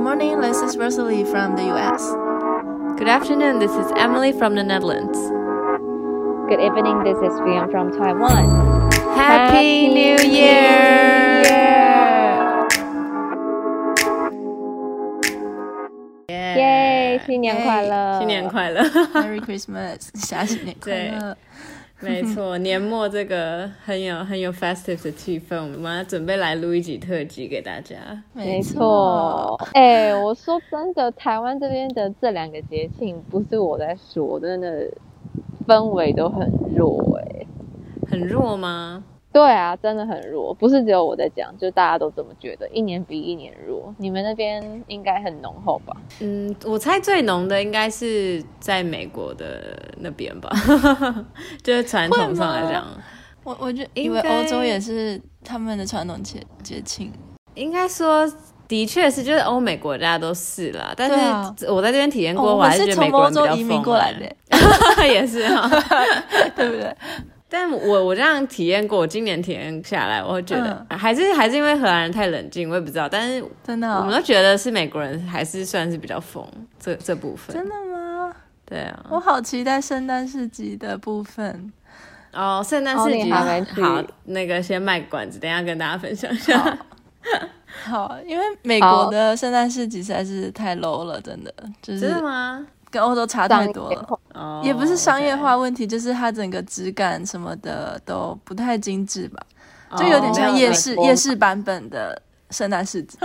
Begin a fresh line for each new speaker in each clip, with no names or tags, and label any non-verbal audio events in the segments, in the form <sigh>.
morning, this is Rosalie from the US.
Good afternoon, this is Emily from the Netherlands.
Good evening, this is Fion from Taiwan.
Happy,
Happy
New
New
Year!
Yeah.
耶，新年快乐！
新年快 <laughs> 乐！
Merry Christmas，下新年快乐。
没错，年末这个很有很有 festive 的气氛，我们要准备来录一集特辑给大家。
没错，哎、我说真的，台湾这边的这两个节庆，不是我在说，真的氛围都很弱、哎，
很弱吗？
对啊，真的很弱，不是只有我在讲，就大家都这么觉得，一年比一年弱。你们那边应该很浓厚吧？
嗯，我猜最浓的应该是在美国的那边吧， <laughs> 就是传统上来讲，
我我就以
应
为
该
欧洲也是他们的传统节节庆，
应该说。的确是，就是欧美国家都是啦，但
对啊
是我在这边体验过，
哦
我还是
我是
觉得美
从
国
欧
人比较
洲
疯、啊
移民过来的， <laughs>
欸， <laughs> 也是啊。
对不对？
但我我这样体验过，我今年体验下来，我会觉得、
嗯
还是还是因为荷兰人太冷静，我也不知道。但是
真的
我
哦、
们都觉得是美国人还是算是比较疯这这部分
真。哦的吗？
对啊，
我好期待圣诞市集的部分。
哦，圣诞
哦
市
你
集
还没去
好，那个先卖关子，等一下跟大家分享一下。
好，因为美国的圣诞市集实在是太 low 了，真的就
真的
是
吗？
跟欧洲差啊太多了。
哦，
也不是商业
OK，
化问题，就是它整个质感什么的都不太精致吧，就有点像
哦
夜市
没有
夜市版本的圣诞市集，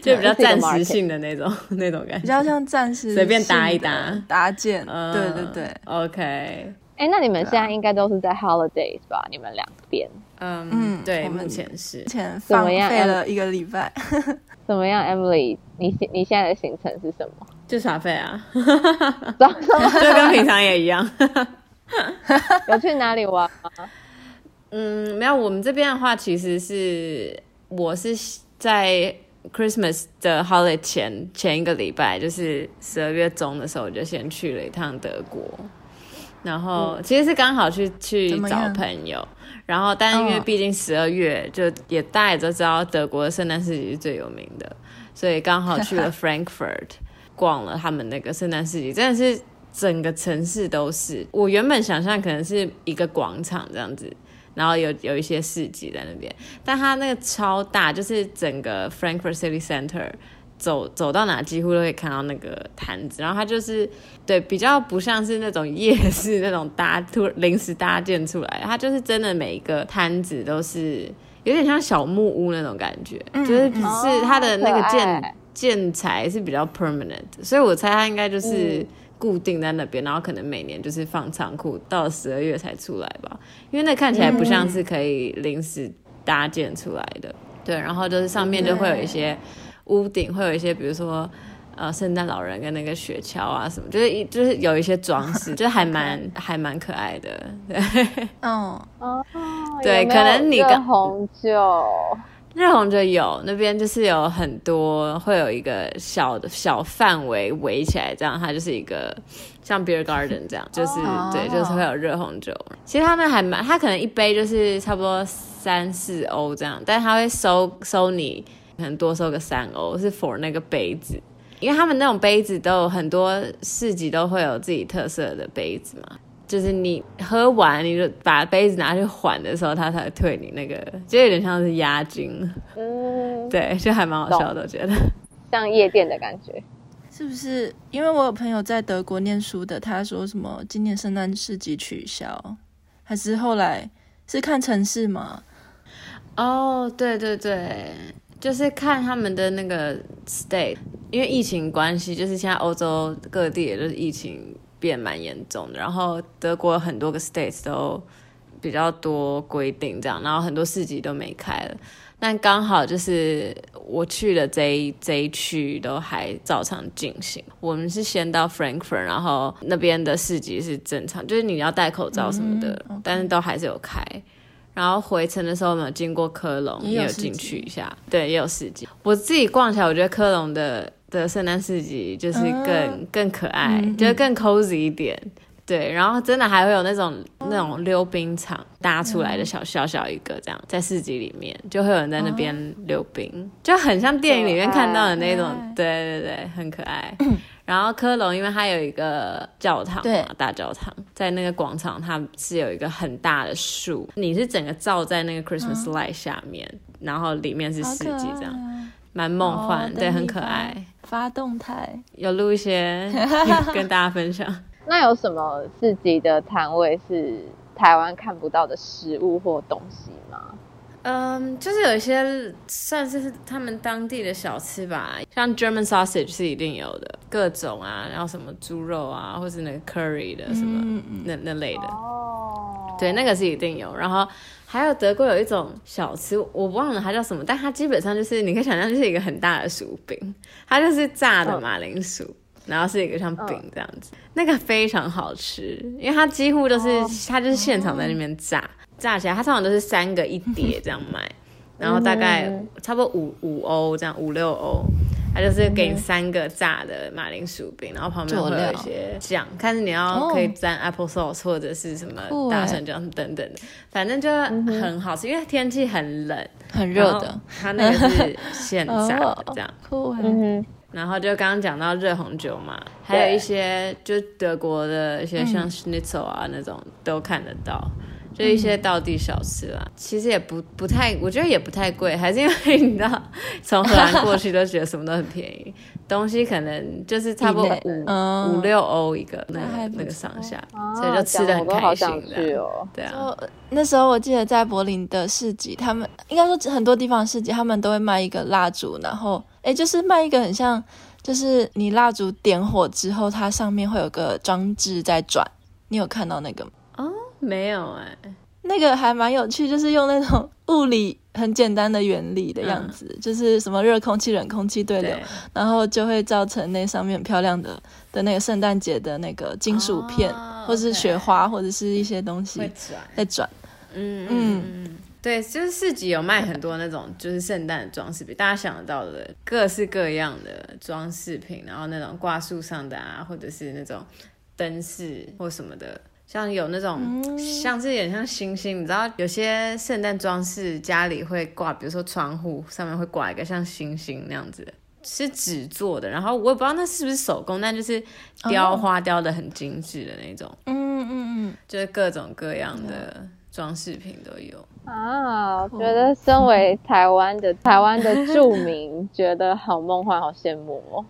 就比较暂
就是
时性
一个 market
的那种 <laughs> 那种感
比
觉。
较像暂时
随便搭一
性的
搭
搭建，
嗯
对对对，
，OK，
哎、那你们现在应该都是在 holidays 吧？你们两边
嗯
嗯
对，
我们
目前是
之前
怎
放
么样
费
嗯
了一个礼拜，
怎么样，Emily？你现你现在的行程是什么？
就耍废啊， <laughs>
早上
就跟平常也一样。
有去哪里玩吗？
嗯，没有，我们这边的话，其实是我是在 Christmas 的 holiday 前前一个礼拜，就是十二月中的时候，我就先去了一趟德国，然后、其实是刚好去去
怎么
找
样
朋友，然后但因为
嗯
毕竟十二月就也大家也都知道德国的圣诞市集是最有名的，所以刚好去了 Frankfurt 逛了他们那个圣诞市集，真的是。整个城市都是，我原本想象可能是一个广场这样子，然后有有一些市集在那边，但它那个超大，就是整个 Frankfurt City Center 走走到哪几乎都可以看到那个摊子，然后它就是对比较不像是那种夜市那种搭突临时搭建出来，它就是真的每一个摊子都是有点像小木屋那种感觉，就是只是它的那个
哦
建、
嗯可爱
建材是比较 permanent，的所以我猜它应该
嗯
就是。固定在那边，然后可能每年就是放仓库，到十二月才出来吧。因为那看起来不像是可以临时搭建出来的。对，然后就是上面就会有一些屋顶，会有一些比如说呃圣诞老人跟那个雪橇啊什么，就是一就是有一些装饰， <laughs> 就还蛮还蛮可爱的。对，
嗯，
<laughs> 哦，
对
有没
可
有
能你
热
刚
红酒
日红就有那边就是有很多会有一个小的小范围围起来，这样它就是一个像 beer garden 这样，就是、
哦
对，就是会有热红酒。其实他们还蛮，他可能一杯就是差不多三四欧这样，但他会收收你可能多收个三欧，是 for 那个杯子。因为他们那种杯子都有很多市集都会有自己特色的杯子嘛，就是你喝完你就把杯子拿去还的时候，他才会退你那个，就有点像是押金，<laughs>
嗯，
对，就还蛮好笑的，我觉得。
像夜店的感觉。
是不是？因为我有朋友在德国念书的，他说什么今年圣诞市集取消，还是后来是看城市吗？
哦对对对，就是看他们的那个 state，因为疫情关系，就是现在欧洲各地也就是疫情变蛮严重的，然后德国很多个 states 都比较多规定这样，然后很多市集都没开了。但刚好就是我去的这一这一区都还照常进行。我们是先到 Frankfurt，然后那边的市集是正常，就是你要戴口罩什么的，
嗯，OK
但是都还是有开。然后回程的时候，我们有经过科隆，
也
也
有
有
市集
进去一下，对，也有市集。我自己逛起来，我觉得科隆的的圣诞市集就是更、
嗯
更可爱，
嗯嗯
就是更 cozy 一点。对，然后真的还会有那种
哦
那种溜冰场搭出来的
嗯
小小小一个，这样在市集里面就会有人在那边溜冰，就很像电影里面看到的那种
哦可爱，嗯
对对对，很可爱。然后科隆，因为它有一个教堂
对
嘛，大教堂，在那个广场，它是有一个很大的树，你是整个照在那个 Christmas light 下面，然后里面是
好
市
可
集
爱
这样，
啊，
蛮梦幻，
哦
对，
等
很
你
可
发
爱。
发动态
有录一些跟大家分享。
那有什么自己的摊位是台湾看不到的食物或东西吗？
<laughs> 嗯，就是有一些算是他们当地的小吃吧，像 German sausage 是一定有的，各种啊，然后什么猪肉啊，或是那个 curry 的什么、
嗯嗯
那那类的，
哦，
对，那个是一定有。然后还有德国有一种小吃，我忘了它叫什么，但它基本上就是你可以想象就是一个很大的薯饼，它就是炸
嗯
的马铃薯。然后是一个像饼这样子，那个非常好吃，因为它几乎都是、
哦
它就是现场在那边炸，炸起来它通常都是三个一碟这样卖，然后大概
嗯
差不多五五欧这样，五六欧，它就是给你三个炸的马铃薯饼，然后旁
嗯
边
佐
会有
料
一些酱，看你要
哦
可以沾 apple sauce 或者是什么
酷
大
欸
蒜酱等等的，反正就很好吃，因为天气很冷，
很热
然后
的，
它那个是
<laughs>
现炸的
哦
这样。
酷哎、
嗯
然后就刚刚讲到热红酒嘛，还有一些就德国的一
嗯
些像 schnitzel 啊那种、都看得到，就一
嗯
些道地小吃啦。其实也不不太，我觉得也不太贵，还是因为 <laughs> 你知道从荷兰过去都觉得什么都很便宜，东西可能就是差不多
以内
五、
嗯
五六欧一个那
那还
个
不
那个
错
上下，
哼，啊
所以就吃的
讲
很
我都好
开心
想
这
去
样。
哦。
对啊，
就那时候我记得在柏林的市集，他们应该说很多地方的市集，他们都会卖一个蜡烛，然后诶，就是卖一个很像，就是你蜡烛点火之后，它上面会有个装置在转，你有看到那个吗？
没有哎、
那个还蛮有趣，就是用那种物理很简单的原理的样子，就是什么热空气、冷空气对流，
嗯对，
然后就会造成那上面很漂亮的的那个圣诞节的那个金属片，
哦
或是
OK
雪花，或者是一些东
会
西
转。
在转。
嗯嗯，嗯，对，就是市集有卖很多那种就是圣诞的装饰品，大家想得到的各式各样的装饰品，然后那种挂树上的啊，或者是那种灯饰或什么的。像有那种、像是有点像星星，你知道有些圣诞装饰家里会挂，比如说窗户上面会挂一个像星星那样子的，是纸做的。然后我也不知道那是不是手工，但就是
哦
雕花雕的很精致的那种，
嗯嗯嗯，
就是各种各样的装饰品都有。 <laughs>
啊，我觉得身为台湾的台湾的住民，觉得好梦幻，好羡慕哦。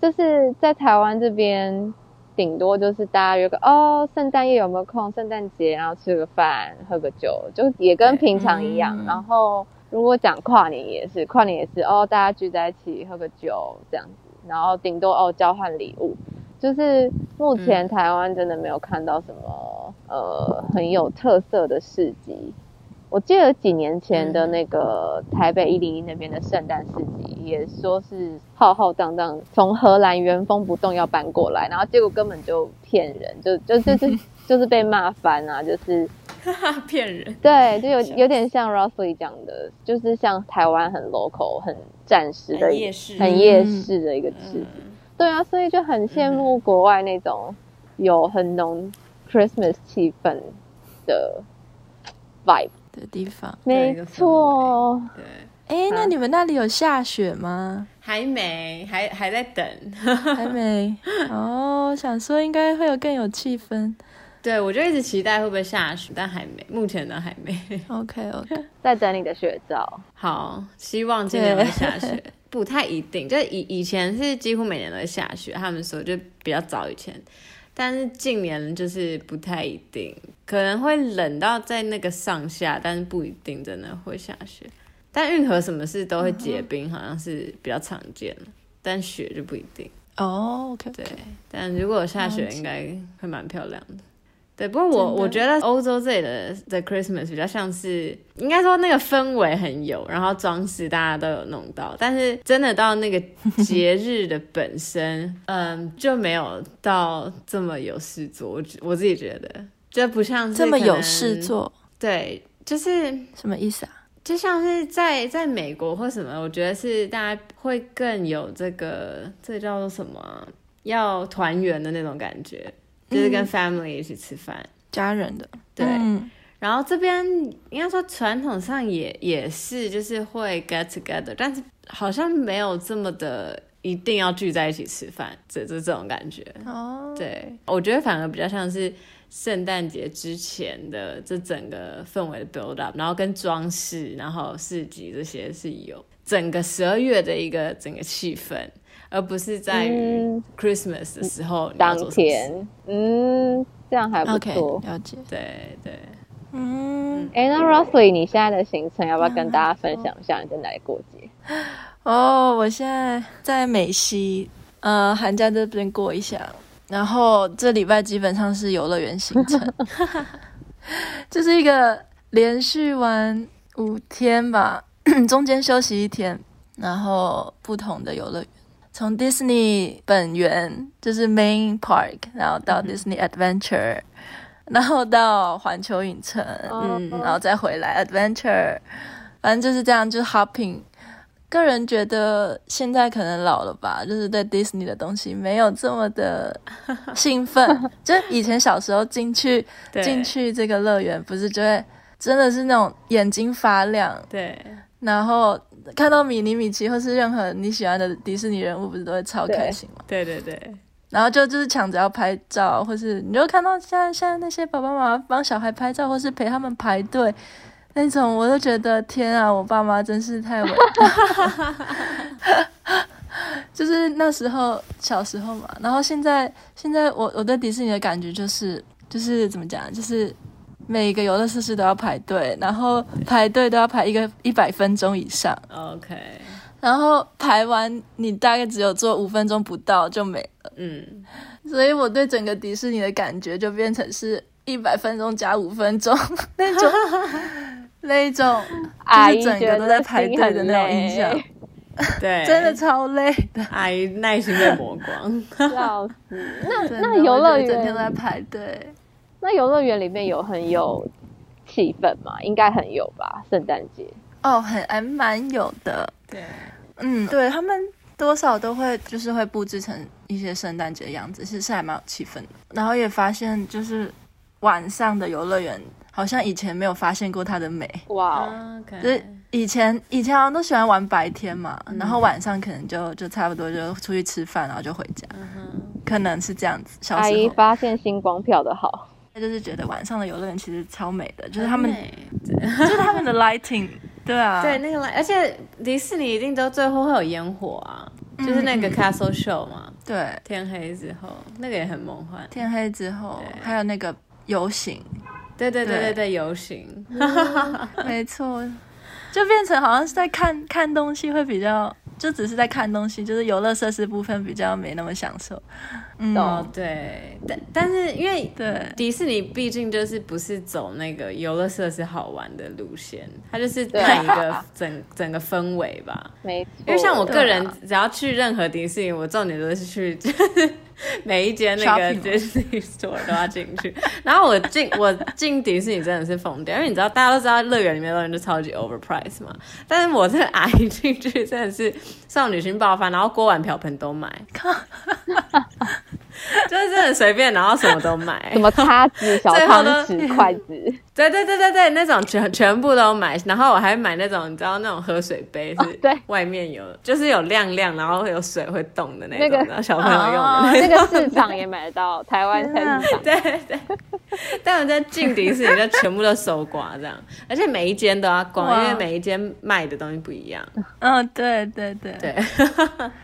就是在台湾这边，顶多就是大家约个哦，圣诞夜有没有空？圣诞节然后吃个饭，喝个酒，就也跟
对
平常一样。
嗯
然后如果讲跨年也是，跨年也是哦，大家聚在一起喝个酒这样子，然后顶多哦交换礼物，就是目前台湾真的没有看到什么、呃很有特色的市集。我记得几年前
嗯
的那个台北一零一那边的圣诞市集，也说是浩浩荡荡从荷兰原封不动要搬过来，然后结果根本就骗人，就就
<laughs>
就就就是被骂翻啊，就是
骗人。
对，就有
啊
有点像 Rosley 讲的，就是像台湾很 local、很暂时的
很
一
夜市
很夜市的一个市集。
嗯
对啊，所以就很羡慕国外那种有很浓 Christmas 气氛的 vibe。
的地方。
对
没错，
对，
诶，哎那你们那里有下雪吗？ <laughs>
还没，还还在等。 <laughs>
还没。哦，想说应该会有更有气氛。
对，我就一直期待会不会下雪，但还没，目前呢还没。
OK <laughs> OK，
在等你的雪照。
好，希望今年会下雪， <laughs> 不太一定。就以以前是几乎每年都会下雪，他们说就比较早以前，但是近年就是不太一定，可能会冷到在那个上下，但是不一定真的会下雪。但运河什么事都会结冰，好像是比较常见的，但雪就不一定。
哦 OK，
对，但如果有下雪
了，解
应该会蛮漂亮的。对，不过我
真的
我觉得欧洲这里的的 Christmas 比较像是，应该说那个氛围很有，然后装饰大家都有弄到，但是真的到那个节日的本身， <laughs> 嗯，就没有到这么有事做。我觉我自己觉得，就不像是
这么
可
有
能
事，做
对，就是
什么意思啊？
就像是在在美国或什么，我觉得是大家会更有这个这个叫做什么啊要团圆的那种感觉，就是跟 family 一起吃饭，
家人的，
对
嗯
然后这边应该说传统上也也是就是会 get together，但是好像没有这么的一定要聚在一起吃饭，这这这种感觉。
哦，
对，我觉得反而比较像是圣诞节之前的这整个氛围的 build up，然后跟装饰，然后市集这些是有整个十二月的一个整个气氛，而不是在于
嗯，
Christmas 的时候你要
当
做什么事。
天，嗯，这样还不
OK，
错。
了解，
对对，
嗯。
哎、那 Rosalie，你现在的行程要不要跟大家分享一下？你在哪里过节？
哦，我现在在美西，呃，寒假这边过一下，然后这礼拜基本上是游乐园行程，就是一个连续玩五天吧， <clears throat> 中间休息一天，然后不同的游乐园，从 Disney 本园就是 Main Park，然后到 Disney Adventure，然后到环球影城，
嗯
然后再回来 Adventure，反正就是这样，就是 hopping。个人觉得现在可能老了吧，就是对 Disney 的东西没有这么的兴奋。就是以前小时候进去
对
进去这个乐园，不是就会真的是那种眼睛发亮，
对
然后看到米妮、米奇或是任何你喜欢的迪士尼人物，不是都会超开心吗？
对对对
然后就就是抢着要拍照，或是你就看到现在现在那些爸爸妈妈帮小孩拍照，或是陪他们排队那种，我都觉得天啊，我爸妈真是太伟大了。就是那时候小时候嘛，然后现在现在我我对迪士尼的感觉就是就是怎么讲，就是每一个游乐设施都要排队，然后排队都要排一个一百分钟以上，
，OK，
然后排完你大概只有做五分钟不到就没了。 <laughs>
嗯，
所以我对整个迪士尼的感觉就变成是一百分钟加五分
<laughs>
钟那种那一种，
阿
就
姨
是整
觉
个
得
都在排队的那种印
心很
象
累，，
对，
真的超累的。
阿姨耐心被磨光。
笑死。那
真的
<laughs> 那游乐
我就整天都在
园，
排队，
那游乐园里面有很有气氛吗？应该很有吧，圣诞节。
哦，很还蛮有的。
对，
嗯，对他们多少都会就是会布置成一些圣诞节的样子，其实是还蛮有气氛的。然后也发现就是晚上的游乐园好像以前没有发现过它的美。
哇、哦，
OK，
就是以前以前好像都喜欢玩白天嘛，
嗯
然后晚上可能就就差不多就出去吃饭，然后就回家，
嗯哼，
可能是这样子。小
阿
时
姨
候
发现星光票的好，
就是觉得晚上的游乐园其实超美的，就是他们
很美
就是他们的 lighting，对
<laughs>
啊，
对，那个来，而且迪士尼一定都最后会有烟火啊，
嗯
就是那个 Castle Show 嘛，
对，
天黑之后那个也很梦幻。
天黑之后
对
还有那个游行，
对对对
对嗯
对对，游行。
没错，就变成好像是在看看东西会比较，就只是在看东西，就是游乐设施部分比较没那么享受，
哦
嗯，，
对，但但是因为
对。
迪士尼毕竟就是不是走那个游乐设施好玩的路线，它就是
对
看一个整整个氛围吧。
没错。
因为像我个人
对啊，
只要去任何迪士尼，我重点都是去， <laughs> 就是每一间那个
Shopping 吗
Disney store 都要进去。然后我进我进迪士尼真的是疯掉，因为你知道大家都知道乐园里面的东西就超级 overpriced 嘛，但是我这个阿姨进去真的是少女心爆发，然后锅碗瓢盆
<laughs>
都买，就是真的随便，然后什么都买
什。么叉子、小
最后
汤
呢
匙、筷子，
对对对对对，那种全全部都买，然后我还买那种你知道那种喝水杯
哦
是，
对
外面有就是有亮亮，然后会有水会动的那种，
那个
然后小朋友用的
哦
那种。
那
<laughs>
个市场也买得到，台湾菜市场。
对对，但我在进迪士尼就全部都搜刮
<laughs>
这样，而且每一间都要逛，
哇
因为每一间卖的东西
<laughs>
不一样。
嗯，对对对
对，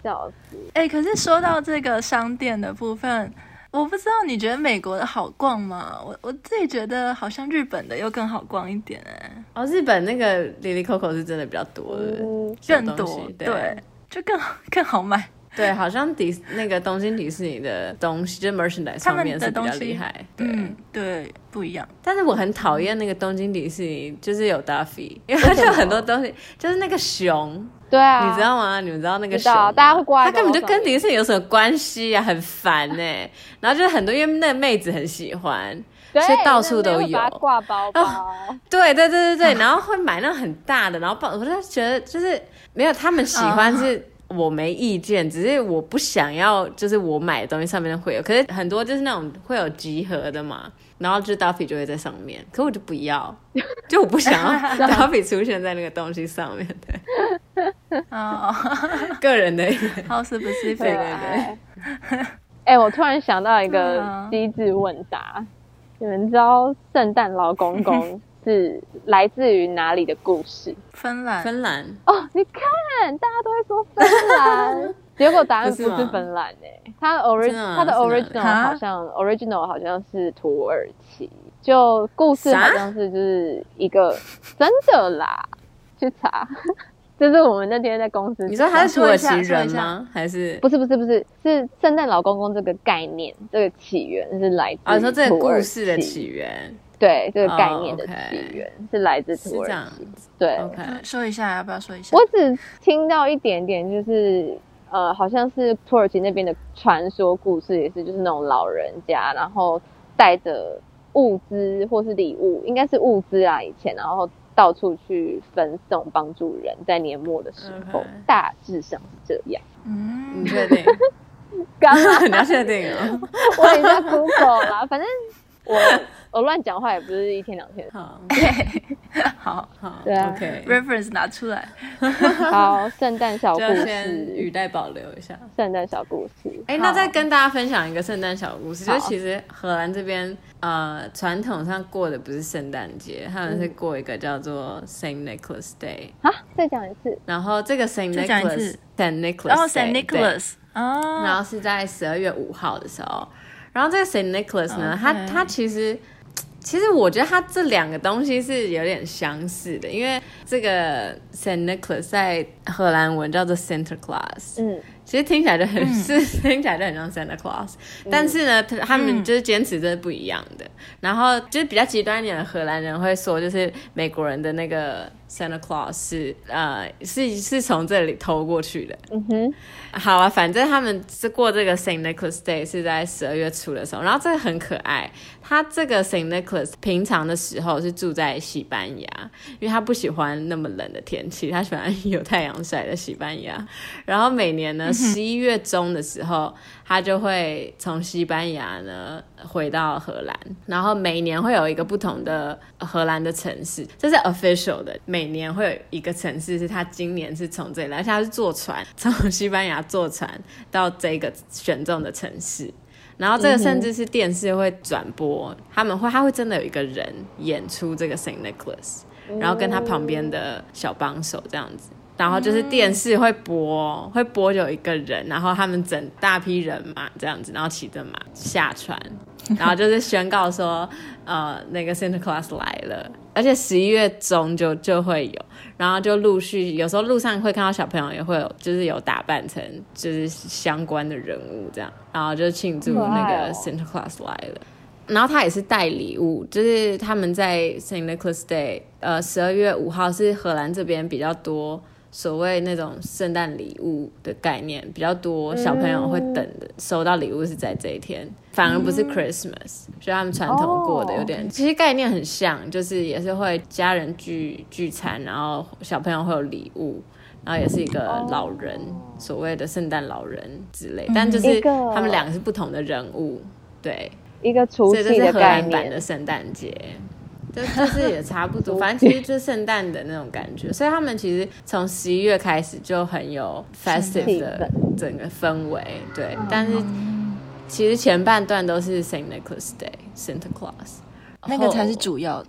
笑死！
哎、可是说到这个商店的部分，我不知道你觉得美国的好逛吗？我我自己觉得好像日本的又更好逛一点、哎，
哦，日本那个 Lily Coco 是真的比较多的，
嗯，
小
哦更
东西
多
对
就更好更好买。
对，好像迪那个东京迪士尼的东西，就是 merchandise
他
方
们
面
的
是比
东
较
西
厉害。对，
嗯，对，不一样。
但是我很讨厌那个东京迪士尼，就是有 Duffy，因为它就很多东西，就是那个熊，
嗯对啊，
你知道吗？你们知道那个
知
熊
道
吗？
大家会挂在
他根本就
高
跟
上
迪士尼有什么关系啊？很烦呢、然后就是很多，因为那妹子很喜欢，
对，
所以到处都
那边会
有啊
把它挂
<laughs>
包包。
对对
啊啊
对对对，然后会买那种很大的，然后抱，我就觉得就是没有他们喜欢是我没意见，只是我不想要，就是我买的东西上面会有，可是很多就是那种会有集合的嘛，然后就 Duffy 就会在上面，可我就不要，就我不想
<laughs>
要 Duffy 出现在那个东西上面的，
哦，
个人的，
好
对
specific，
对对，
哎、我突然想到一个
嗯
啊
机智问答，你们知道圣诞老公
<laughs>
公是来自于哪里的故事？
芬兰，
芬兰
哦，你看，大家都会说芬
<laughs>
兰，结果答案
不
不
是吗
是芬兰诶、它的 ori
真的啊
它的
是
哪
original
里
好像 original 好像是土耳其，就故事
啥
好像是就是一个真的啦，去查， <laughs> 就是我们那天在公司，
你说他是土耳其
说一
人
下
吗？还是
不是不是不是，是圣诞老公公这个概念，这个起源是来自
啊？你说这个
土
故
耳
事的
其
起源
对这个概
哦
念的
，OK
起源、是来自
是
土
这
耳
样
其。对
，OK，
嗯说一下，要不要说一下？
我只听到一点点，就是呃，好像是土耳其那边的传说故事，也是就是那种老人家，然后带着物资或是礼物，应该是物资啊，以前然后到处去分送帮助人，在年末的时候
OK
大致上是这样。
嗯
你，确定？ <laughs>
干嘛？
你要确定哦。
<laughs> 我也在 Google 啦，反正我我乱讲话也不是一天两
<laughs>
天。
好
好
好
对啊
，OK，
，reference 拿出来。
好，圣诞小
就
故
要先
事
语，带保留一下。
圣诞小故事。
哎、
好
那再跟大家分享一个圣诞小故事，就
好
是其实荷兰这边呃传统上过的不是圣诞节，他们是过一个叫做 Saint Nicholas Day，
啊，再讲一次，
然后这个 Saint
再讲一次
Nicholas 哦 Saint Nicholas，嗯
然后 Saint Nicholas 啊，
Day，对然后是在十二月五号的时候，然后这个 Saint Nicholas 呢
OK
它它其实其实我觉得它这两个东西是有点相似的，因为这个 Saint Nicholas 在荷兰文叫做 Santa Claus，
嗯，
其实听起来就很、 <laughs> 是听起来就很像 Santa Claus，、但
嗯
是呢，他他们就是坚持这是不一样的。然后就是比较极端一点的荷兰人会说，就是美国人的那个 Santa Claus 是呃是是从这里偷过去的。
嗯哼，
好啊，反正他们是过这个 Saint Nicholas Day 是在十二月初的时候，然后这个很可爱。他这个 Saint Nicholas 平常的时候是住在西班牙，因为他不喜欢那么冷的天气，他喜欢有太阳晒的西班牙。然后每年呢，十一月中的时候，他就会从西班牙呢回到荷兰，然后每年会有一个不同的荷兰的城市，这是 official 的，每年会有一个城市是他今年是从这里来，而且他是坐船 <laughs> 从西班牙坐船到这个选中的城市。然后这个甚至是电视会转播，他们会他会真的有一个人演出这个 Saint Nicholas，然后跟他旁边的小帮手这样子。然后就是电视会播，会播有一个人，然后他们整大批人马这样子，然后骑着马下船，然后就是宣告说，呃，那个 Santa Claus 来了，而且十一月中就就会有，然后就陆续，有时候路上会看到小朋友也会有，就是有打扮成就是相关的人物这样，然后就庆祝那
可爱
个
哦
Santa Claus 来了。然后他也是带礼物，就是他们在 Saint Nicholas Day，呃，十二月五号是荷兰这边比较多所谓那种圣诞礼物的概念，比较多小朋友会等的、收到礼物是在这一天，反而不是 Christmas，、就他们传统过的
嗯哦
有点，其实概念很像，就是也是会家人聚聚餐，然后小朋友会有礼物。然后也是一个老人所谓的圣诞老人之类，但就是
嗯一个
他们两个是不同的人物，对。
一个除
所以这
夕
是
的
荷
概
兰版
念
的。圣诞节，就就是也差不 <laughs> 多，反正其实就是圣诞的那种感觉。所以他们其实从十一月开始就很有 festive
气
的整个氛围，对
嗯。
但是其实前半段都是 Saint Nicholas Day Santa Claus，
那个才是
后
主要的。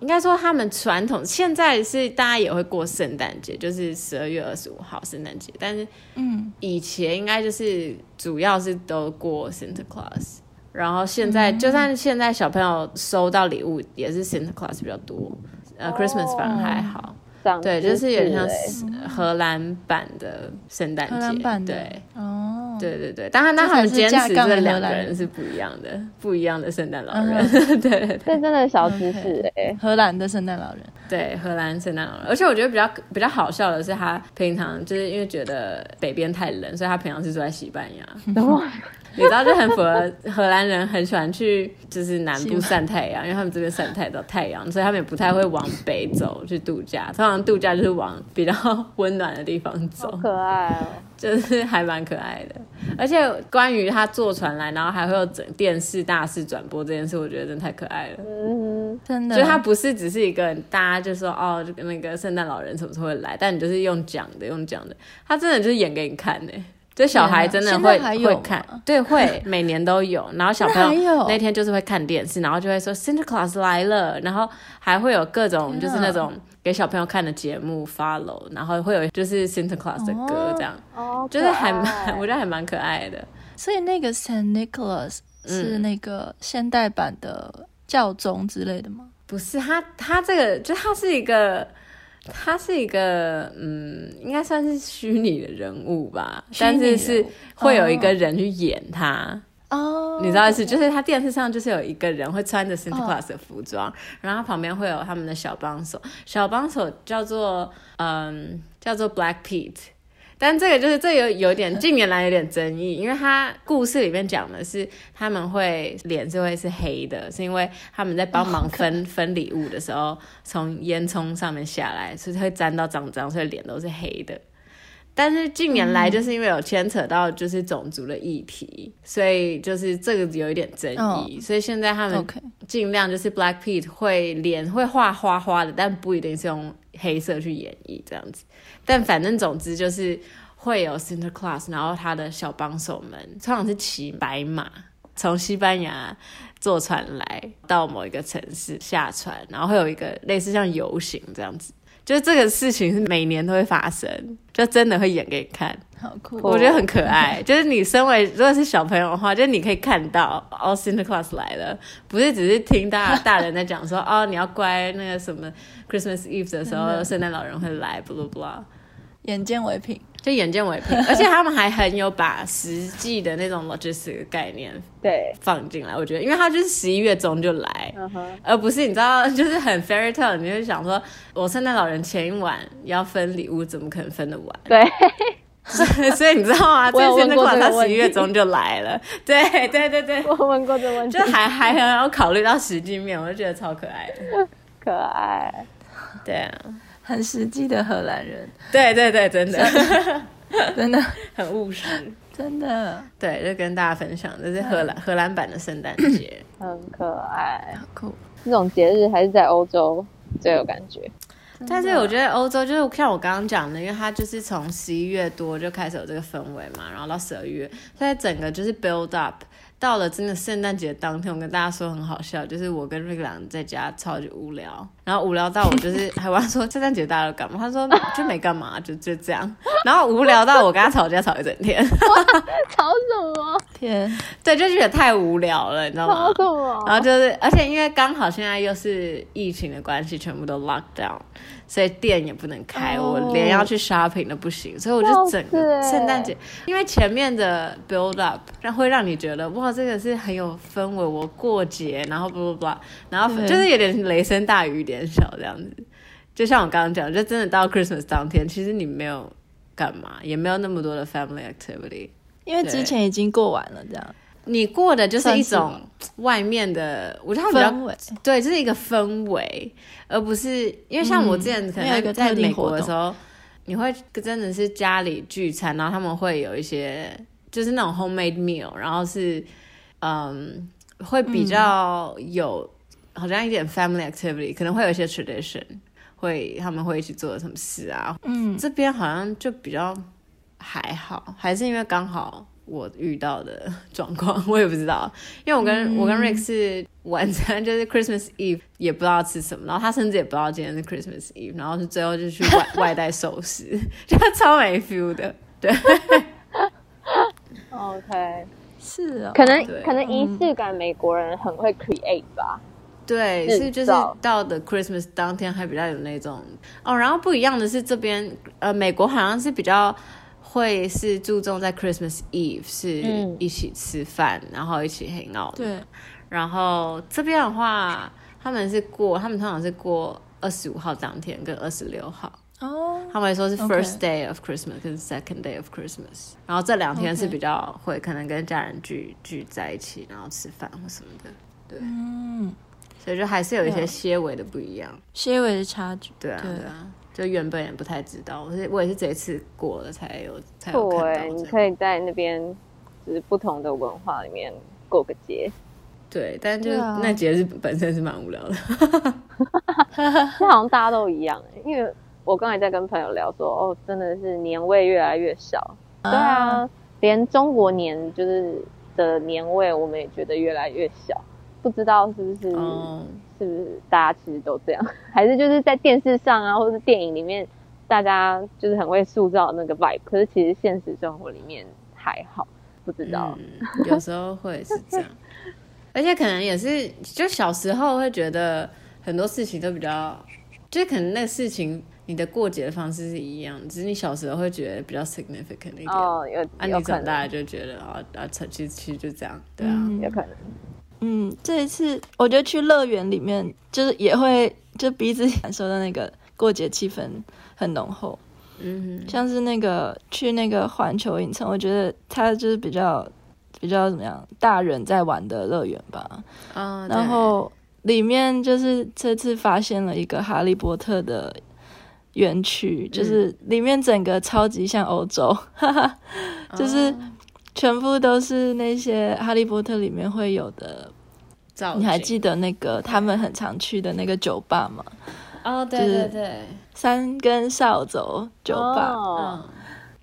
应该说他们传统现在是大家也会过圣诞节，就是十二月二十五号圣诞节，但是
嗯，
以前应该就是主要是都过 Santa Claus，然后现在、就算现在小朋友收到礼物也是 Santa Claus 比较多，呃、
哦
Christmas 反而还好。
长
对，
知
就是有点
识
像
欸
是荷兰版的圣诞
荷兰
节，
版的
对。
哦，
对对对，当然，那他们
这才
坚
是架
持
杠的
这两
荷
个
兰人
人是不一样的，不一样的圣诞老
嗯
<laughs> 人。对对对，
这真的小知识哎、
荷兰的圣诞老人，
对，荷兰圣诞老人，而且我觉得比较比较好笑的是，他平常就是因为觉得北边太冷，所以他平常是住在西班牙。
然后
你知道，就很符合荷兰人很喜欢去就是南部晒太阳，因为他们这边晒不太到太阳，所以他们也不太会往北走去度假，通常度假就是往比较 <laughs> 温暖的地方
好 <laughs>
走，
可爱哦，
就是还蛮可爱的。而且关于他坐船来，然后还会有整电视大肆转播这件事，我觉得真的太可爱了。
嗯
真的，
就它不是只是一个大家就说哦，这个那个圣诞老人什么时候会来，但你就是用讲的，用讲的，他真的就是演给你看呢。就小孩真的
天哪
会
现在还有
会
吗
看，
<laughs>
对，会每年都有。然后小朋
现在还
友
有
那天就是会看电视，然后就会说 Santa Claus 来了，然后还会有各种就
天啊
是
哪
那种给小朋友看的节目 follow，然后会有就是 Santa Claus 的歌
哦
这样，
哦，
就是还
可爱
蛮，我觉得还蛮可爱的。
所以那个 Saint Nicholas 是那个现代版的教宗之类的吗？
不是他，他这个就他是一个，他是一个，嗯，应该算是虚拟的人物吧，
虚拟
但
人物
是是会有一个人去演他，
哦，
你知道意思？就是他电视上就是有一个人会穿着 Santa Claus 的服装，然后他旁边会有他们的小帮手，小帮手叫做嗯叫做 Black Pete。但这个就是这有有点近年来有点争议，因为他故事里面讲的是他们会脸是会是黑的，是因为他们在帮忙分、分礼物的时候，从烟囱上面下来，所以会沾到脏脏，所以脸都是黑的。但是近年来就是因为有牵扯到就是种族的议题，所以就是这个有一点争议，所以现在他们
OK
尽量就是 Black Pete 会脸会画花花的，但不一定是用黑色去演绎这样子。但反正总之就是会有 Santa Claus，然后他的小帮手们通常是骑白马从西班牙坐船来到某一个城市下船，然后会有一个类似像游行这样子。就是这个事情是每年都会发生，就真的会演给你看。
好酷，
我觉得很可爱。就是你身为如果是小朋友的话，就是你可以看到哦，Santa Claus 来了，不是只是听大大人在讲说哦，你要乖那个什么 Christmas Eve 的时候，圣诞老人会来，blah blah blah。
眼见为凭，
就眼见为凭，而且他们还很有把实际的那种 logistics 概念
对，
放进来，我觉得，因为他就是十一月中就来，
嗯哼，
而不是你知道，就是很 fairy tale，你就想说，我圣诞老人前一晚要分礼物，怎么可能分得完？
对，
<laughs>
<laughs>
所以你知道吗？
我有
这
问
次那
过
款
这个
它
问
十一
题
月中就来了， <laughs> 对对对对，
我问过这问题
就，还还很有考虑到实际面，我就觉得超可爱 <laughs> 的。
可爱，
对啊，
很实际的荷兰人，
对对对，真的
<laughs> 真的
<laughs> 很务实。
真的
对，就跟大家分享，这是荷兰荷兰版的圣诞节。
很可爱。
好酷。
这种节日还是在欧洲最有感
<laughs>
觉。
但是我觉得欧洲就是像我刚刚讲的，因为它就是从十一月多就开始有这个氛围嘛，然后到十二月，它在整个就是 build up。到了真的圣诞节当天，我跟大家说很好笑，就是我跟瑞朗在家超级无聊，然后无聊到我就是还问他说圣诞节大家都干嘛，他说就没干嘛，就就这样，然后无聊到我跟他吵架吵一整天， <laughs>
吵什么？
天，
对，就觉得太无聊了，你知道吗
吵？什
哦
么？
然后就是，而且因为刚好现在又是疫情的关系，全部都 lock down，所以店也不能开，
哦
我连要去 shopping 都不行，所以我
笑
就
死
整个
欸
圣诞节，因为前面的 build up，让会让你觉得哇，这个是很有氛围，我过节，然后 blah blah blah，然后
对
就是有点雷声大雨点小这样子。就像我刚刚讲，就真的到 Christmas 当天，其实你没有干嘛，也没有那么多的 family activity。
因为之前已经过完了，这样
你过的就是一
算
种外面的，我觉得它比较
氛围
对，就是一个氛围，而不是因为像我之前
嗯
可
没有一
能
个
在
特定
美
活
国的
动
时候，你会真的是家里聚餐，然后他们会有一些就是那种 homemade meal，然后是嗯会比较有、好像一点 family activity，可能会有一些 tradition，会他们会一起做什么事啊，
嗯，
这边好像就比较还好，还是因为刚好我遇到的 <laughs> 状况，我也不知道。因为我跟、我跟 Rick 是晚餐就是 Christmas Eve 也不知道吃什么，然后他甚至也不知道今天是 Christmas Eve，然后是最后就去外 <laughs> 外带寿司，就超没 feel 的。对
OK，
是哦，嗯
可能
对
可能仪式感，美国人很会 create 吧。
对，
制
是就是
造
到的 Christmas 当天还比较有那种哦，然后不一样的是这边呃美国好像是比较会是注重在 Christmas Eve 是
嗯
一起吃饭，然后一起 hang out 的
对，
然后这边的话，他们是过，他们通常是过二十五号当天跟二十六号。
哦，
他们说是
OK
first day of Christmas 跟 second day of Christmas，然后这两天是
OK
比较会可能跟家人聚聚在一起，然后吃饭或什么的，
嗯，
所以就还是有一些
了
些微的不一样。
些微的差距，
对啊，
对
对啊，就原本也不太知道，我是我也是这一次过了才有才嗯有
对，
看到这
你可
个。
以在那边就是不同的文化里面过个
<laughs>
节，
对，但就
对啊
那节日本身是蛮无聊的。
这好像大家都一样、欸，因为我刚才在跟朋友聊说，哦，真的是年味越来越少，对啊，连中国年就是的年味，我们也觉得越来越小，不知道是不是、
哦，
是不是大家其实都这样， <laughs> 还是就是在电视上啊，或是电影里面，大家就是很会塑造那个 vibe，可是其实现实生活里面还好，不知道。
嗯，有时候会是这
<laughs>
样，而且可能也是，就小时候会觉得很多事情都比较，就是可能那个事情你的过节的方式是一样，只是你小时候会觉得比较 significant 一点，
哦，有
啊，
有
你
可
长
能，
大了就觉得啊啊，其实其实就这样，对啊，
嗯
有可能。
嗯，这一次我觉得去乐园里面，就是也会就彼此感受呃到那个过节气氛很浓厚。
嗯哼，
像是那个去那个环球影城，我觉得它就是比较比较怎么样，大人在玩的乐园吧。
啊、对
然后里面就是这次发现了一个哈利波特的园区，就是里面整个超级像欧洲， <laughs> 哈哈，就是全部都是那些哈利波特里面会有的。
造
你还
景
记得那个他们很常去的那个酒吧吗？
哦，对
就是
对对，
三根扫帚酒吧。
哦，
嗯，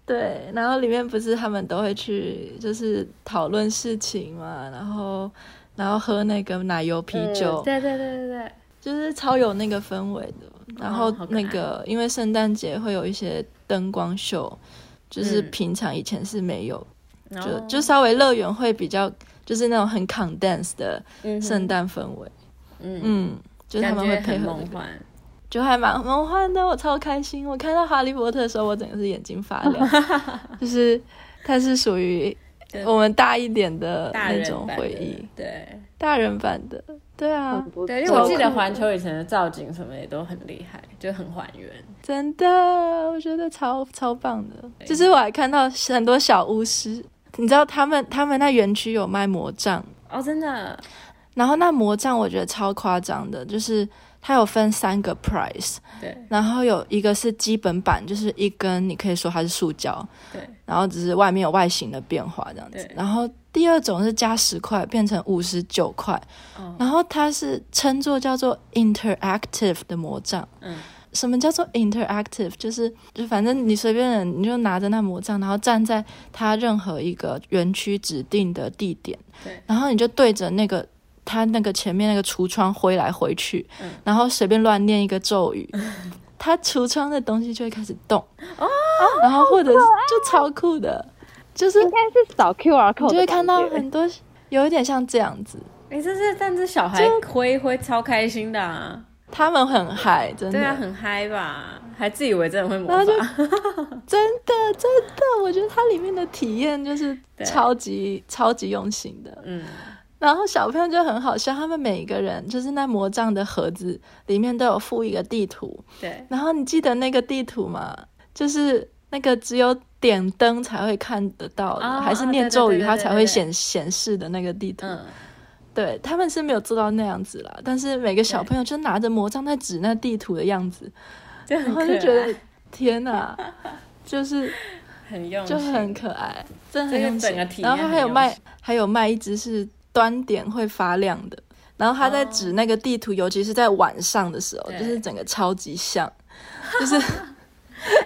对，然后里面不是他们都会去，就是讨论事情嘛，然后然后喝那个奶油啤酒，
嗯对对对对对，
就是超有那个氛围的。然后
哦好可爱
那个、因为圣诞节会有一些灯光秀，就是
嗯哦
平常以前是没有，
然
就
后
就稍微乐园会比较就是那种很 condense 的
嗯哼
圣诞氛围，
嗯
嗯，就是他
感
们
觉
会配
很
合那
梦
个、
幻，
就还蛮梦幻的，我超开心。我看到哈利波特的时候，我整个是眼睛发亮， <laughs> 就是它是属于我们大一点的
大
那
人
种
版
回
的
忆，，
对。
大人版的，对啊
很，不
对，因为我
错
记得
超酷
环球影城的造景什么也都很厉害，就很还原。
真的，我觉得超超棒的。就是我还看到很多小巫师，你知道他们他们那园区有卖魔杖，
哦，真的，
然后那魔杖我觉得超夸张的，就是它有分三个 price，
对
然后有一个是基本版，就是一根，你可以说它是塑胶，
对，
然后只是外面有外形的变化这样子
对。
然后第二种是加十块变成五十九块，
哦，
然后它是称作叫做 interactive 的魔杖。
嗯，
什么叫做 interactive？就是就反正你随便人，你就拿着那魔杖，然后站在它任何一个园区指定的地点
对，
然后你就对着那个它那个前面那个橱窗挥来挥去，
嗯
然后随便乱念一个咒
<laughs>
语，它橱窗的东西就会开始动，
哦
然后或者是
啊
就超酷的，就是
应该是扫 QR code，
你就
的
会看到
感觉
很多有一点像这样子，
哎、这是但是小孩挥一挥超开心的啊，
他们很嗨，真的，
对啊，很嗨吧？还自以为真的会魔
然后就
法，
真的真的，我觉得它里面的体验就是
对
超级超级用心的，
嗯，
然后小朋友就很好笑，他们每一个人就是那魔杖的盒子里面都有附一个地图，
对，
然后你记得那个地图吗？就是那个只有点灯才会看得到的，
哦
还是
哦
念
对对
咒
对
语
对
它
对
才
对
会
对
显显示的那个地图。
嗯，
对他们是没有做到那样子啦，但是每个小
对
朋友就拿着魔杖在指那地图的样子，
就 <laughs> 很
然
可
后
爱
就觉得天哪，就是
很用心，
就很可爱，真的
这
很
个
用心
整个体验
然后它还有
很用
卖
心，
还有卖一只是端点会发亮的，然后它在指那个地图，尤其是在晚上的时候，
哦对
就是整个超级像，就是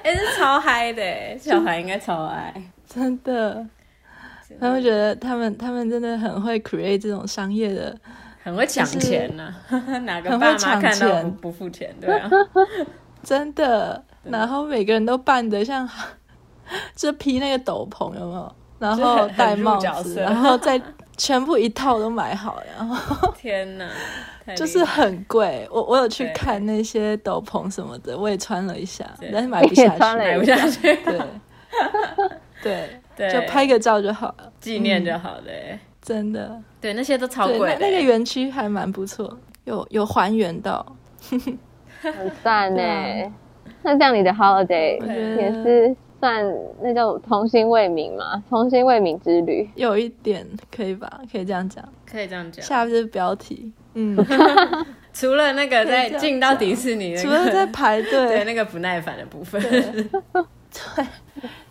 哎、这超嗨的欸，小孩应该超爱，
<laughs> 真的。他们觉得他们他们真的很会 create 这种商业的，
很会抢钱呢、 <laughs> 哪个
很会
爸妈
抢
看到不
钱
不
<laughs>
付钱？对啊，
真的。然后每个人都扮得像， <laughs> 就披那个斗篷有没有？然
就
后
很
戴
很入
帽
角
子，
色
然后再全部一套都买好，然后
天哪，太
就
厉
是
害
很贵，我我有去
对
看那些斗篷什么的，我也穿了一下
对，
但是买不下
也穿了
去。
买不下去， <laughs>
对，对，
对，
就拍个照就好了，
纪念就好了欸、
真的。
对，那些都超
对，
贵
那
的欸、
那个园区还蛮不错，有有还原到。
很赞呢、
对啊
那这样你的 holiday
我觉得
也是算那叫童心未泯嘛，童心未泯之旅。
有一点可以吧？可以这样讲。
可以这样讲。
下面就是标题，嗯，
除了那个在
可以这样
进到迪士尼、那个，
除了在排
<laughs> 对
队，
那个不耐烦的部分，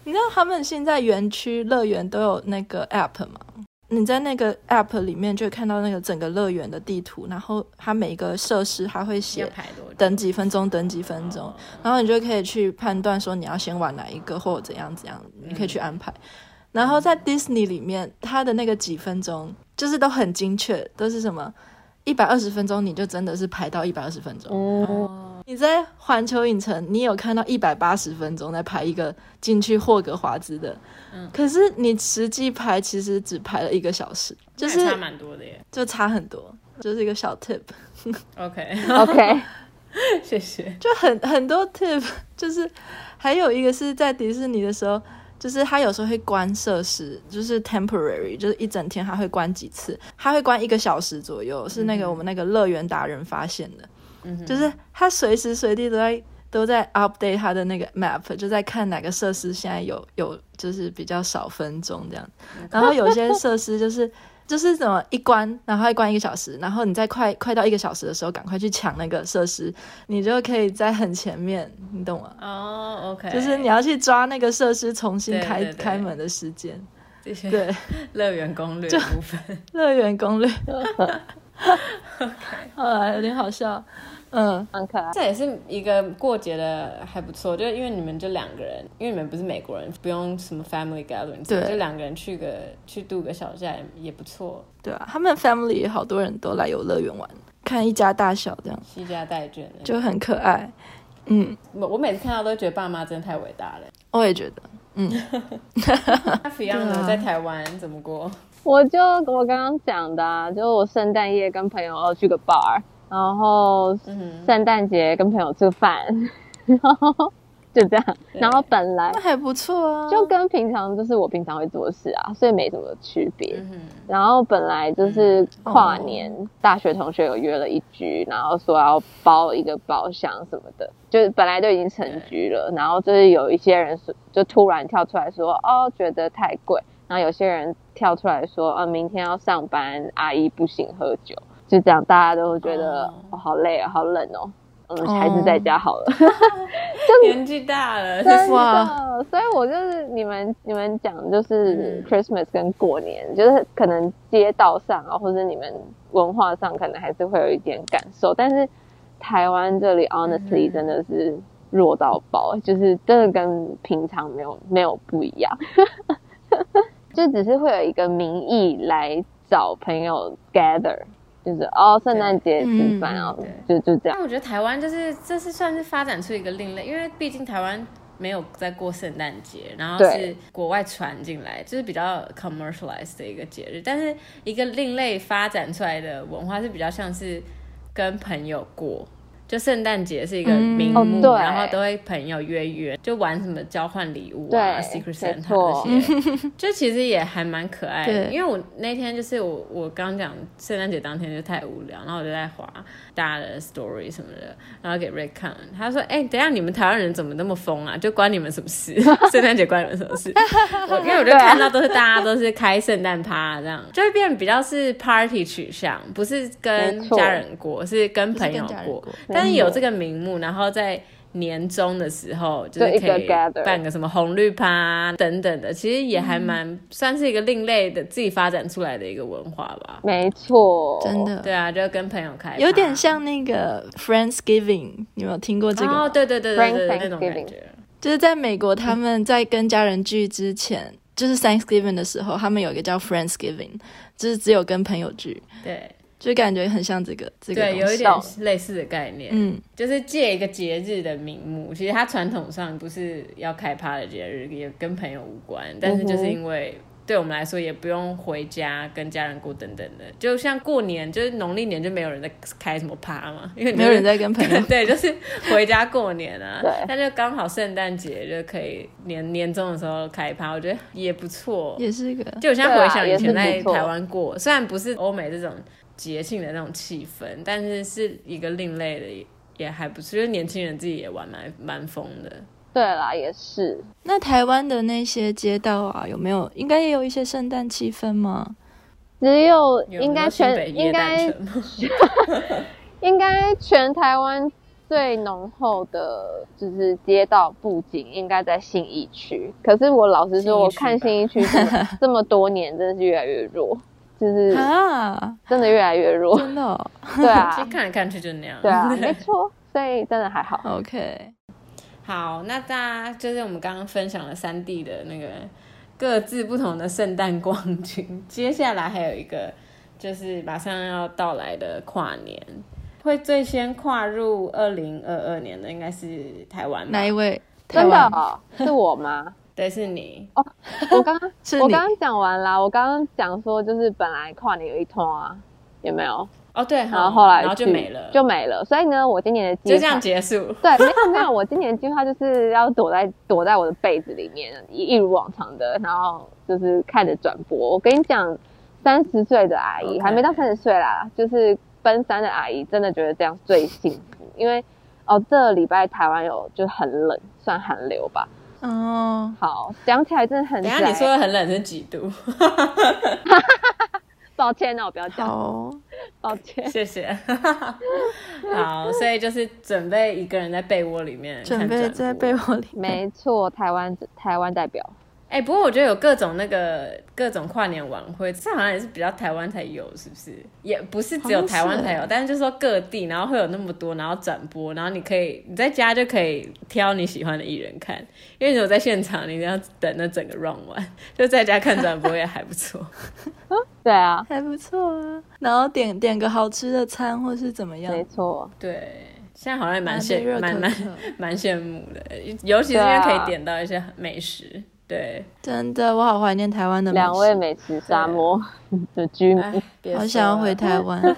你知道他们现在园区乐园都有那个 app 吗？你在那个 app 里面就会看到那个整个乐园的地图，然后它每一个设施还会
要
写
排哦多久？
等几分钟，等几分钟，然后你就可以去判断说你要先玩哪一个或怎样怎样，你可以去安排。
嗯
然后在 Disney 里面，它的那个几分钟就是都很精确，都是什么一百二十分钟，你就真的是排到一百二十分钟。
嗯，
你在环球影城，你有看到一百八十分钟在排一个进去霍格华兹的，可是你实际排其实只排了一个小时，就
那也
是
差蛮多的耶。
就差很多，就是一个小 tip，
OK， <laughs>
OK，
谢谢。
就很很多 tip，就是 <laughs> 还有一个是在迪士尼的时候。就是它有时候会关设施，就是 temporary，就是一整天它会关几次，它会关一个小时左右，是那个我们那个乐园达人发现的。
嗯哼，
就是他随时随地都在都在 update 他的那个 map，就在看哪个设施现在有有就是比较少分钟这样。
嗯
然后有些设施就是就是怎么一关，然后还关一个小时，然后你在快快到一个小时的时候，赶快去抢那个设施，你就可以在很前面，你懂吗？
哦，OK、o k
就是你要去抓那个设施重新
对
开
对对
开门的时间，
这些
对， <laughs>
乐园攻略的部分，
乐园攻
<laughs>
略。好啦，有点好笑，嗯，
很可爱。
这也是一个过节的还不错，就是因为你们就两个人，因为你们不是美国人，不用什么 family gathering，
对
就两个人去个去度个小假也也不错，
对啊，他们 family 好多人都来游乐园玩，看一家大小这样
惜家带眷的。
就很可爱。嗯，
我我每次看到都觉得爸妈真的太伟大了。
我也觉得，
啊
那 Fiona 在台湾怎么过？
<laughs> 我就我刚刚讲的、啊，就我圣诞夜跟朋友哦去个 bar，然后
嗯哼，
圣诞节跟朋友吃饭， <laughs> 然后就这样。然后本来
那还不错啊。
就跟平常就是我平常会做的事啊，所以没什么区别。
嗯哼，嗯
然后本来就是跨年，大学同学有约了一局，然后说要包一个包厢什么的，就是本来都已经成局了，然后就是有一些人说就突然跳出来说，哦，觉得太贵，然后有些人跳出来说，啊，明天要上班，阿姨不行喝酒，就这样，大家都觉得
哦
哦好累啊，好冷哦，嗯，
哦
还是在家好了。
年纪大了，
真
哇
的，所以我就是你们你们讲就
嗯
是 Christmas 跟过年，就是可能街道上啊，或者你们文化上可能还是会有一点感受，但是台湾这里 honestly 真的是弱到爆，就是真的跟平常没有没有不一样， <laughs> 就只是会有一个名义来找朋友 gather，就是哦圣诞节吃饭啊
嗯，
就就这样。
但我觉得台湾就是这是算是发展出一个另类，因为毕竟台湾没有在过圣诞节，然后
对
是国外传进来，就是比较 commercialized 的一个节日。但是一个另类发展出来的文化是比较像是跟朋友过。就圣诞节是一个
嗯
名
哦
目，
对
然后都会朋友约约，就玩什么交换礼物啊、
对
Secret
没
Santa
错
这些，就其实也还蛮可爱的。
对
因为我那天就是我我刚讲圣诞节当天就太无聊，然后我就在滑大家的 story 什么的，然后给 Ray 看，他说：“哎、等一下你们台湾人怎么那么疯啊？就关你们什么事？ <laughs> 圣诞节关你们什么事？” <laughs> 我因为我就
啊
看到都是大家都是开圣诞趴这样，就会变比较是 party 取向，不是跟
没错
家人过，是跟
不是
朋
跟
友
家人
过
过。
但是有这个名目，然后在年终的时候，就是
就一个
可以
gather
办个什么红绿趴啊等等的，其实也还
嗯
蛮算是一个另类的自己发展出来的一个文化吧。
没错，
真的
对啊，就跟朋友开趴，
嗯有点像那个 Friendsgiving，你有没有听过这个吗？
哦，对对对对对对
Frank
那种感
Thanksgiving
觉。
就是在美
嗯
国，他们在跟家人聚之前，就是 Thanksgiving 的时候，他们有一个叫 Friendsgiving，就是只有跟朋友聚，
对
就感觉很像这个这个
对，
东
有一
西
点类似的概念，
嗯，
就是借一个节日的名目，其实它传统上不是要开趴的节日，也跟朋友无关，但
嗯
是就是因为。对我们来说，也不用回家跟家人过等等的，就像过年，就是农历年就没有人在开什么趴嘛，因为。
没有人在跟朋友
<laughs> 对，就是回家过年啊。
对
那就刚好圣诞节就可以年年终的时候开趴，我觉得也不错，
也是一个，
就我现在回想以前
对啊也
在
是不错
台湾过，虽然不是欧美这种节庆的那种气氛，但是是一个另类的也还不错，就是年轻人自己也玩蛮蛮疯的。
对啦，也是，
那台湾的那些街道啊，有没有应该也有一些圣诞气氛吗？
只有
有
应该
很多新
全
北
应
耶诞
该
城吗
应该全台湾最浓厚的就是街道布景应该在信义区，可是我老实说，我看信
信
义区这么这么多年，真的是越来越
<laughs>
弱，就是
啊，
真的越来越弱，
真的、哦、
<laughs> 其
对
实
啊，
看来看去就那样。 <laughs>
对啊，没错，所以真的还好。
？OK，
好，那大家就是我们刚刚分享了三地的那个各自不同的圣诞光景，接下来还有一个就是马上要到来的跨年，会最先跨入二零二二年的应该是台湾吧
哪？一位？台
真的
湾
哦、是我
<laughs>
吗？
对，是你。
我刚刚
是你
我刚刚讲完啦，我刚刚讲说就是本来跨年有一通啊，有没有？
哦，对，
然后
好
后来
然后就
去
没了，
就没了。所以呢，我今年的计
就
划
这样结束。
<laughs> 对，没有没有，我今年的计划就是要躲在躲在我的被子里面，一一如往常的，然后就是看着转播。我跟你讲，三十岁的阿姨
OK
还没到三十岁啦，就是奔三的阿姨，真的觉得这样最幸福，因为哦，这个礼拜台湾有就很冷，算寒流吧。
哦，
好，讲起来真的很
等一
宅。
下你说的很冷是几度？
抱歉哦，我不要讲，
好
<laughs>
哦，
抱歉。
谢谢。 <laughs> 好，所以就是准备一个人在被窝里面看
准备
转
在
播
被窝里。
没错，台湾台湾代表，
哎、不过我觉得有各种那个各种跨年晚会，这好像也是比较台湾才有，是不是？也不是只有台湾
好像
才
是
有，但是就是说各地，然后会有那么多，然后转播，然后你可以你在家就可以挑你喜欢的艺人看，因为如果在现场，你要等那整个 round 完， <laughs> 就在家看转播也还不错。
对啊，
还不错啊，然后点点个好吃的餐，或是怎么样
嗯
没，错，
对，现在好像也蛮
拿着
羡
热
蛮
可
蛮
可，
蛮羡慕的，尤其是因
对
为
啊
可以点到一些美食。对，
真的，我好怀念台湾的美食
两位美食沙漠的居民。
哎，别
好
说
想要回
了
台
<laughs>
湾。
<laughs>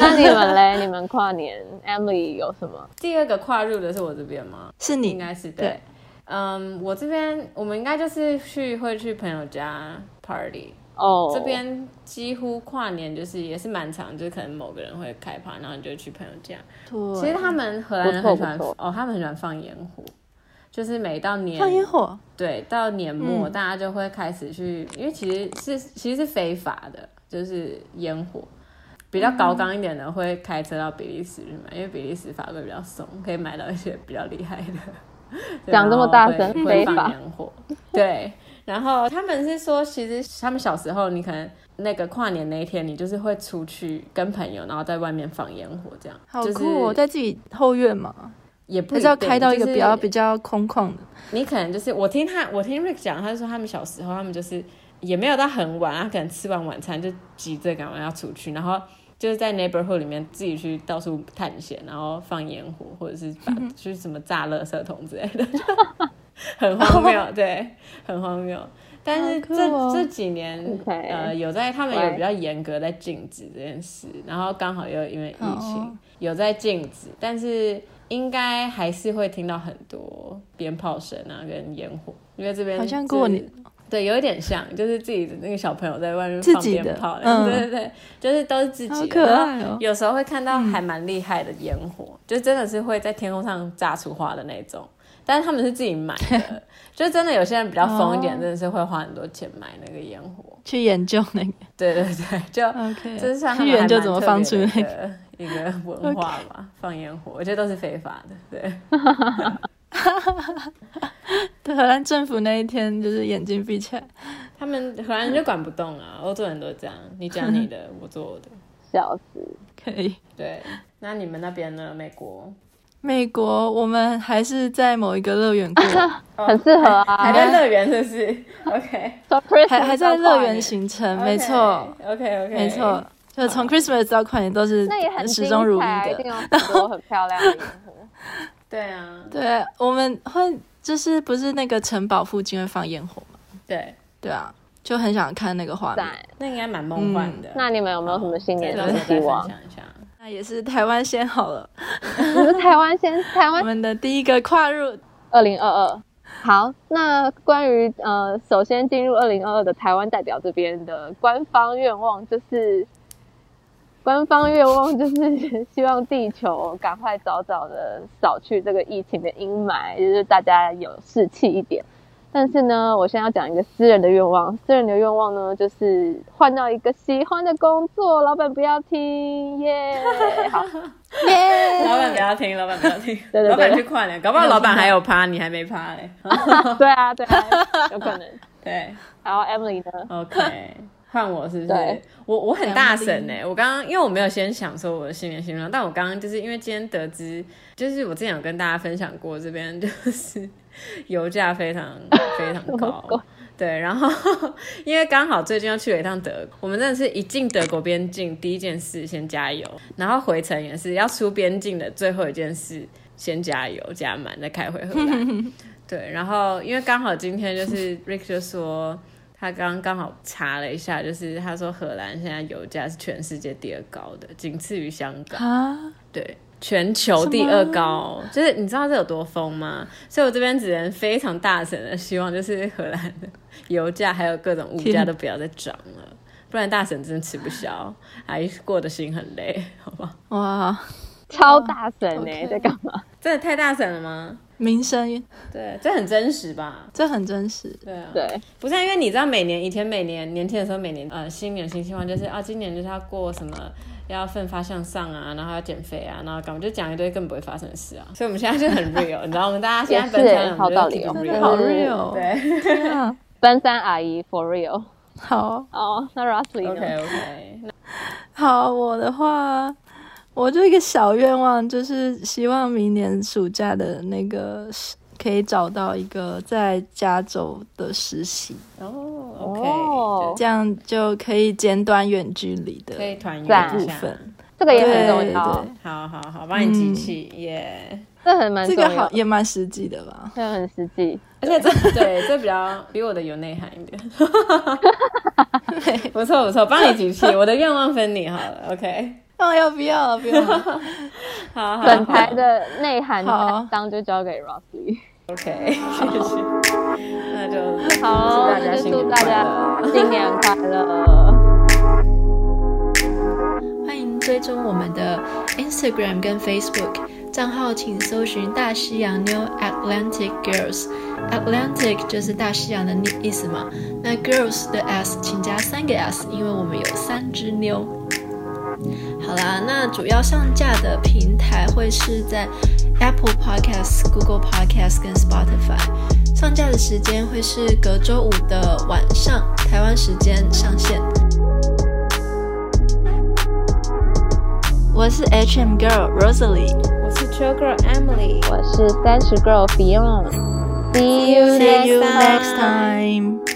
那你们嘞？你们跨年，Emily 有什么？
第二个跨入的是我这边吗？
是
应
你
该是
对
对。嗯，我这边我们应该就是去会去朋友家 party，、
哦，
这边几乎跨年就是也是蛮长，就是可能某个人会开趴，然后你就去朋友家。其实
对，
他们荷兰人
不
很
错
喜欢
不错
哦，他们很喜欢放烟火，就是每到年
放烟火
对，到年末、
嗯
大家就会开始去，因为其实是其实是非法的，就是烟火。比较高纲一点的会开车到比利时去买，因为比利时法规比较松，可以买到一些比较厉害的。
<laughs>
对
讲这么大声
然后会会
非法
放烟火，对。然后他们是说，其实他们小时候，你可能那个跨年那一天，你就是会出去跟朋友，然后在外面放烟火，这样。
好
就是
酷哦，在自己后院嘛，
也不
还
一
是要
定
开到一个
就是
比较比较空旷的。
你可能就是我听他，我听 Rick 讲，他说他们小时候，他们就是也没有到很晚，他可能吃完晚餐就急着赶快要出去，然后就是在 neighborhood 里面自己去到处探险，然后放烟火，或者是把
嗯
就是什么炸垃圾桶之类
<laughs>
的，就很荒谬，对，很荒谬。但是
好酷
这、
哦
这几年
OK
呃，有在他们
喂
有比较严格在禁止这件事，然后刚好又因为疫情、
哦
有在禁止，但是应该还是会听到很多鞭炮声啊跟烟火，因为这边
好像
就是
过年
对，有一点像，就是自己的那个小朋友在外面放
自己的
鞭炮，
嗯
对对对，就是都是自己
好
的，
可
然后
爱哦
有时候会看到还蛮厉害的烟火，就真的是会在天空上炸出花的那种。但是他们是自己买
<laughs>
的，就真的有些人比较疯一点，
哦
真的是会花很多钱买那个烟火。
去研究那个
对对对，就
<laughs> OK，
这是算他
去
们还
研
蛮
究怎么放出
特
那
别
个。 <laughs>
的一个一个文化吧，放烟火，我觉得都是非法的。对，
对，荷兰政府那一天就是眼睛闭起来，
他们荷兰人就管不动啊，欧洲人都这样，你讲你的，我做我的。
笑死，
可以。
对，那你们那边呢？美国？
美国，我们还是在某一个乐园
<laughs>
过，
很适合
还
啊。
在乐园是
<laughs>
不是？OK，
<laughs> 说 Christmas
还还在
到跨
乐
年
园，行程，没错，
，OK OK，
没错，，就从 Christmas 到跨年都是
那也很
始终如一
精彩一
的
定。有很多很漂亮的烟
<laughs>
火。
对啊，
对，我们会就是不是那个城堡附近会放烟火嘛？
对，
对啊，就很想看那个画面。
赞！
那应该蛮梦幻的。
那你们有没有什么新年
到
的
时候
希
再分
望？
享一下。
那也是台湾先好了，
我是台湾先，台
我
湾
们的第一个跨入
二零二二。好，那关于呃，首先进入二零二二的台湾代表这边的官方愿望就是官方愿望就是希望地球赶快早早的扫去这个疫情的阴霾，就是大家有士气一点。但是呢，我现在要讲一个私人的愿望，私人的愿望呢，就是换到一个喜欢的工作，老板不要听耶。好，
耶！
老板不要听，老板不要听，
对对
老板去快点，搞不好老板还有趴，你还没趴
<laughs>
嘞。
对啊，对啊，有可能。
对
然后 Emily 呢？
，OK，换我是不是
对？
我我很大神哎、我刚刚因为我没有先想说我的新年新愿望，但我刚刚就是因为今天得知，就是我之前有跟大家分享过，这边就是 <laughs> 油价非常非常高。对，然后因为刚好最近又去了一趟德国，我们真的是一进德国边境，第一件事先加油，然后回程也是要出边境的最后一件事，先加油加满，再开回荷兰。对，然后因为刚好今天就是 Rick 就说。他刚刚好查了一下，就是他说荷兰现在油价是全世界第二高的，仅次于香港。
啊，
对，全球第二高，就是你知道这有多疯吗？所以我这边只能非常大声的希望，就是荷兰的油价还有各种物价
天
都不要再涨了，不然大婶真的吃不消，还过得心很累，好不好？
哇，
超大神呢、
哦 OK
在干嘛？ <laughs>
真的太大声了吗？
民生
对，这很真实吧？
这很真实，
对啊，
对，
不是啊因为你知道，每年以前每年年轻的时候，每年呃新年新希望就是啊，今年就是要过什么，要奋发向上啊，然后要减肥啊，然后干嘛就讲一堆根本不会发生的事啊。 <laughs> 所以我们现在就很 real，你知道，我们大家现在
也是
本身
好道理哦
真
对
的
<laughs>
好
对
real，
对
天啊，
奔山阿姨 for real。
好
哦，那 Rosly 呢
，OK OK，
好，我的话，我就一个小愿望，就是希望明年暑假的那个是可以找到一个在加州的实习，
哦
哦
OK，
这样就可以简短远距离
就可
的
以团
赞
圆
部
一下。
分。
这个也
对
很重
对，
要，
好好好，帮你集气耶！
这很蛮
这
重
个
要
好
的，
也蛮实际的吧？
这个很实
<laughs>
际。
<laughs> 而且这对这比较比我的有内涵一点， <laughs> 不错不错，帮你集气，我的愿望分你好了，OK，
哦，要不要了？不要了。
好好，
本
好
台的内涵
好
担当就交给
<laughs>
Rosly。
OK，谢 <laughs> 谢，那就
好，
祝大家
那
新
就祝
年
大
快
家
乐，
新年快乐。
欢迎追踪我们的 Instagram 跟 Facebook 账号，请搜寻“大西洋妞 Atlantic Girls”。Atlantic 就是大西洋的意思嘛，那 Girls 的 s 请加三个 s，因为我们有三只妞。好啦，那主要上架的平台会是在 Apple Podcasts、Google Podcasts 跟 Spotify。上架的时间会是隔周五的晚上，台湾时间上线。
我是 H M Girl Rosalie。
我是 Chill Girl Emily。
我是三十 girl Beyond，see you
See
next
you
time。
next time.